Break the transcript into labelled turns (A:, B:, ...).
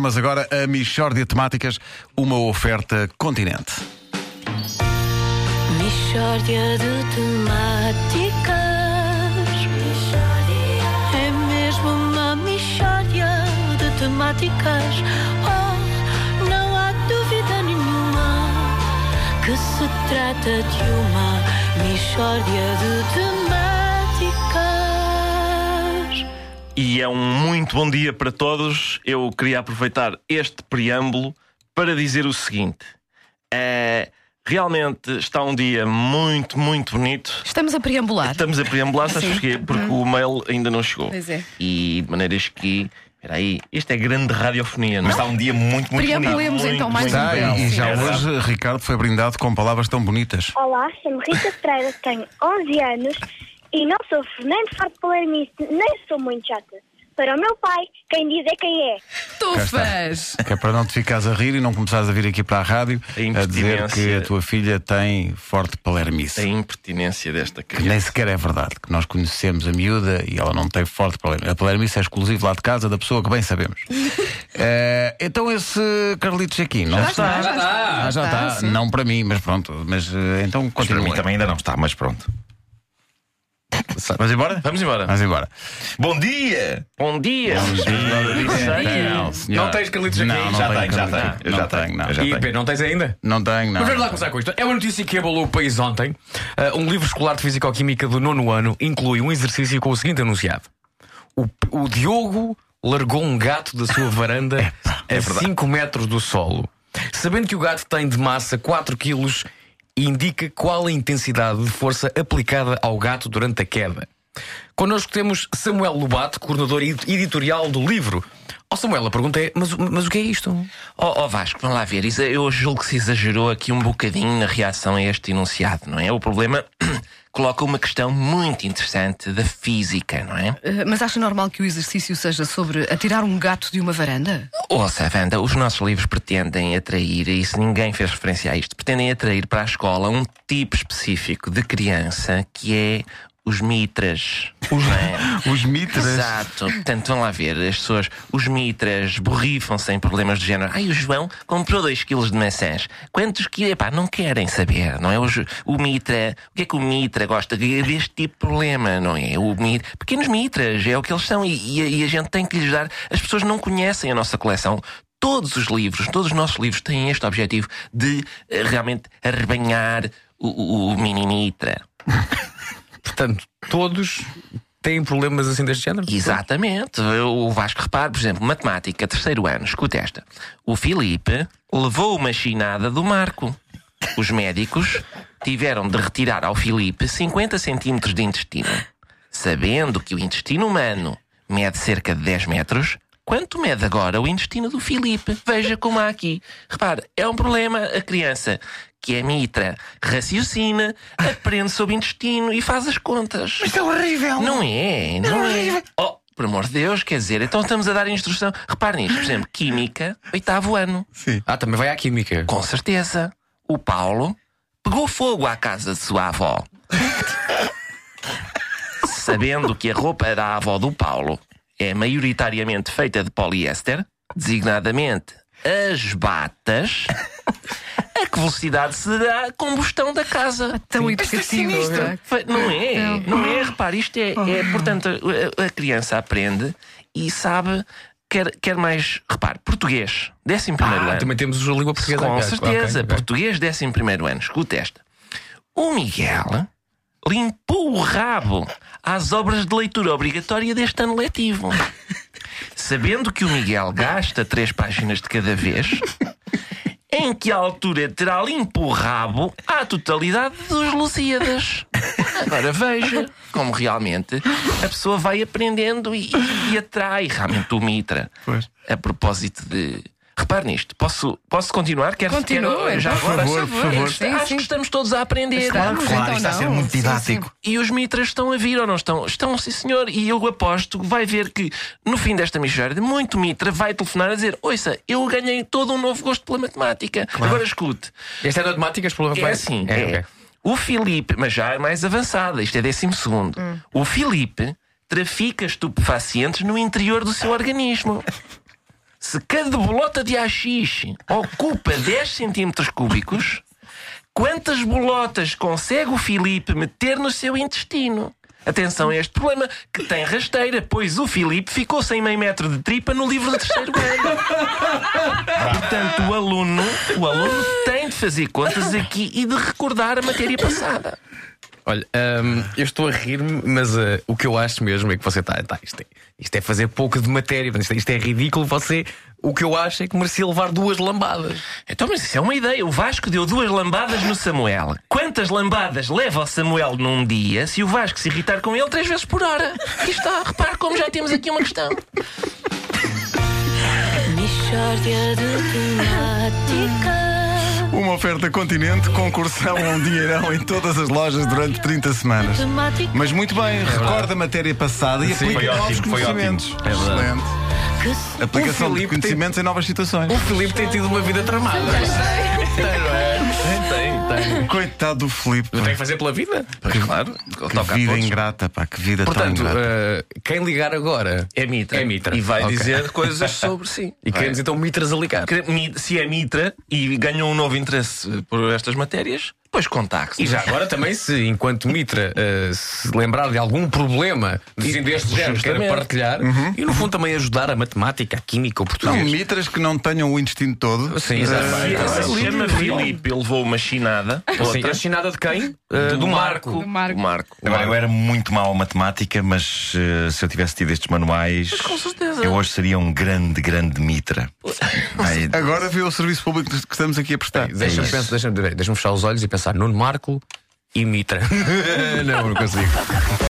A: mas agora a Michórdia de Temáticas, uma oferta continente.
B: Mishória de temáticas É mesmo uma mishória de temáticas Oh, não há dúvida nenhuma Que se trata de uma mishória de temáticas
C: E é um muito bom dia para todos. Eu queria aproveitar este preâmbulo para dizer o seguinte: Eh, realmente está um dia muito, muito bonito.
D: Estamos a preambular.
C: Estamos a preambular, sabes porquê? Porque o mail ainda não chegou.
D: Pois é.
C: E de maneiras que. Espera aí, isto é grande radiofonia, não
E: Mas
C: é?
E: está um dia muito, muito bonito.
D: Preambulemos
C: Muito,
D: então mais
C: muito
D: um
A: Tá,
C: bem.
A: e, e
D: preâmbulo.
A: já
C: Sim. é
A: hoje Ricardo foi brindado com palavras tão bonitas.
F: Olá, chamo Rita Pereira, tenho 11 anos e não sou nem de farto palermista, nem sou muito chata. Para o meu pai, quem diz é quem é.
D: Tufas!
A: Que é para não te ficares a rir e não começares a vir aqui para a rádio
C: A
A: a dizer
C: impertinência.
A: que a tua filha tem forte
C: A
A: palermice.
C: impertinência desta
A: Que
C: criança.
A: nem sequer é verdade, que nós conhecemos a miúda e ela não tem forte palermice. A palermice é exclusivo lá de casa da pessoa que bem sabemos. Eh, então esse Carlitos aqui, não
D: está, já está.
A: Ah, já está.
D: sim.
A: Não para mim, mas pronto. Mas eh, então
E: Mas para
A: continua.
E: mim também ainda não está, mas pronto.
A: Vamos embora?
C: Vamos embora.
A: Vamos embora.
E: Bom dia!
C: Bom dia!
A: Não, senhora.
G: Não tens Carlitos aqui?
A: Não, não
E: Já
A: tenho
E: tenho, já
A: Carlitos.
E: tenho,
A: Não
E: já
A: tenho,
E: tenho,
A: não.
E: já
G: E,
E: tenho.
G: Pedro, não tens ainda?
A: Não tenho, Tá não.
G: Mas vamos lá começar com isto. É uma notícia que abalou o país ontem. Ah, um livro escolar de Fisicoquímica do nono ano inclui um exercício com o seguinte anunciado: O, o Diogo largou um gato da sua varanda a 5 metros do solo. Sabendo que o gato tem de massa 4 quilos, indica qual a intensidade de força aplicada ao gato durante a queda. Connosco temos Samuel Lobato, coordenador ed- editorial do livro. Ó Samuel, a pergunta é: mas, o- mas o que é isto?
C: Ó ó Oh, Vasco, vamos lá ver. Isa- Eu julgo que se exagerou aqui um bocadinho na reação a este enunciado, não é? O problema coloca uma questão muito interessante da física, não é?
D: Eh, Mas acha normal que o exercício seja sobre atirar um gato de uma varanda?
C: Ouça, Wanda, os nossos livros pretendem atrair, e se ninguém fez referência a isto, pretendem atrair para a escola um tipo específico de criança que é os mitras. é? Os,
A: Os mitras.
C: Exato. Portanto, vão lá ver, as pessoas, os mitras, borrifam-se em problemas do género. Ai, o João comprou 2 quilos de maçãs. Quantos quilos? Epá, não querem saber, não é? O, Ju- o mitra, o que é que o mitra gosta de- deste tipo de problema, não é? O mitra, pequenos mitras, é o que eles são e, e a- e a gente tem que lhes dar. As pessoas não conhecem a nossa coleção. Todos os livros, todos os nossos livros têm este objetivo de eh, realmente arrebanhar o, o, o mini mitra.
G: Portanto, todos têm problemas assim deste género?
C: Exatamente. O Vasco repare, por exemplo, matemática, terceiro ano, escuta esta. O Filipe levou uma chinada do Marco. Os médicos tiveram de retirar ao Filipe 50 centímetros de intestino. Sabendo que o intestino humano mede cerca de 10 metros, quanto mede agora o intestino do Filipe? Veja como há aqui. Repare, é um problema a criança que é mitra, raciocina, aprende sobre intestino e faz as contas.
E: Isto é horrível!
C: Não é, não é. Oh, por amor de Deus, quer dizer, então estamos a dar instrução. Repare nisto, por exemplo, Química, oitavo ano.
G: Ah, também vai à química.
C: Com certeza. O Paulo pegou fogo à casa de sua avó. Sabendo que a roupa da avó do Paulo é maioritariamente feita de poliéster, designadamente as batas, a que velocidade se dá a combustão da casa.
D: Tão educativo. não é?
C: Foi- Não é, não é, repare, isto é, é, portanto, a, a criança aprende e sabe, quer, quer mais, repare, português, décimo primeiro
G: Ah,
C: ano.
G: também temos a língua portuguesa.
C: Com
G: Ok,
C: certeza,
G: ok, ok.
C: português, décimo primeiro ano. Escuta esta. O Miguel limpou o rabo às obras de leitura obrigatória deste ano letivo. Sabendo que o Miguel gasta três páginas de cada vez, em que altura terá limpo o rabo à totalidade dos Lusíadas? Agora veja como realmente a pessoa vai aprendendo e, e- e atrai realmente o Mitra.
A: Pois.
C: A propósito de. Repare nisto, posso, posso continuar? Quero,
D: Continua,
C: quero- já
D: por
C: agora?
A: favor, por favor.
C: Isto-
D: Sim,
C: Acho
D: sim.
C: que estamos todos a aprender.
D: Claro que
E: Claro,
D: Então
E: isto está a ser
D: não.
E: muito
D: Sim,
E: didático.
C: E os mitras estão a vir ou não estão? Estão, sim senhor. E eu aposto que vai ver que no fim desta miséria, muito mitra vai telefonar a dizer: Ouça, eu ganhei todo um novo gosto pela matemática. Agora escute.
G: Esta é de matemáticas, problema
C: É
G: vai-
C: assim.
G: É,
C: é.
G: ok.
C: O Filipe, mas já é mais avançada, isto é décimo segundo. O Filipe trafica estupefacientes no interior do seu organismo. Se cada bolota de AX ocupa 10 centímetros cúbicos, quantas bolotas consegue o Filipe meter no seu intestino? Atenção a este problema, que tem rasteira, pois o Filipe ficou sem meio metro de tripa no livro de terceiro ano. Portanto, o aluno, o aluno tem de fazer contas aqui e de recordar a matéria passada.
G: Olha, hum, eu estou a rir-me, mas ah, o que eu acho mesmo é que você está. está, isto, é, isto é fazer pouco de matéria, isto, é- isto é ridículo. Você, o que eu acho é que merecia levar duas lambadas.
C: Então, mas isso é uma ideia. O Vasco deu duas lambadas no Samuel. Quantas lambadas leva o Samuel num dia se o Vasco se irritar com ele três vezes por hora? Aqui está, repare como já temos aqui uma questão.
B: Mishória de temáticas
H: Uma oferta continente, concursão a um dinheirão em todas as lojas durante 30 semanas.
B: Temática
H: Mas muito bem, recorda a matéria passada e
G: É Sim,
H: aplica
G: foi
H: novos
E: ótimo, foi
H: conhecimentos.
G: É verdade.
H: Excelente.
B: que se
H: Aplicação
G: O
H: de
G: Filipe tem-
H: conhecimentos em novas situações.
G: O Filipe tem tido uma vida tramada. Tem, não é? Tem, tem.
H: Coitado do Filipe.
G: Tem que fazer pela vida?
E: Pois claro,
H: Que
E: toca a
H: vida
E: todos.
H: ingrata, pá, que vida
G: Portanto,
H: tão ingrata.
G: ah, quem ligar agora.
C: É Mitra.
G: É Mitra.
C: E vai
G: Ok.
C: dizer coisas sobre si.
G: E queremos então mitras a ligar.
C: Que- mi- Se é Mitra e ganhou um novo interesse eh, por estas matérias, pois contacte.
G: E já agora também, se enquanto Mitra eh, se lembrar de algum problema assim, deste género, queira
C: Justamente.
G: partilhar e no fundo também ajudar a matemática, a química, o
H: Não,
G: português.
H: mitras que não tenham o intestino todo. Eh,
G: Sim, exato.
C: Se se chama Filipe, ele levou uma chinada.
G: Sim,
C: Outra.
G: assinada assim, de quem? Eh, do, Marco.
D: Do Marco.
C: Do Marco.
E: Agora, eu era muito mau a matemática, mas eh, se eu tivesse tido estes manuais, eu hoje seria um grande, grande mitra. Ai,
H: Agora vê o serviço público que estamos aqui a prestar.
G: Deixa-me pensar- deixa-me- deixa-me fechar os olhos e pensar Nuno Marco e Mitra. não, não consigo.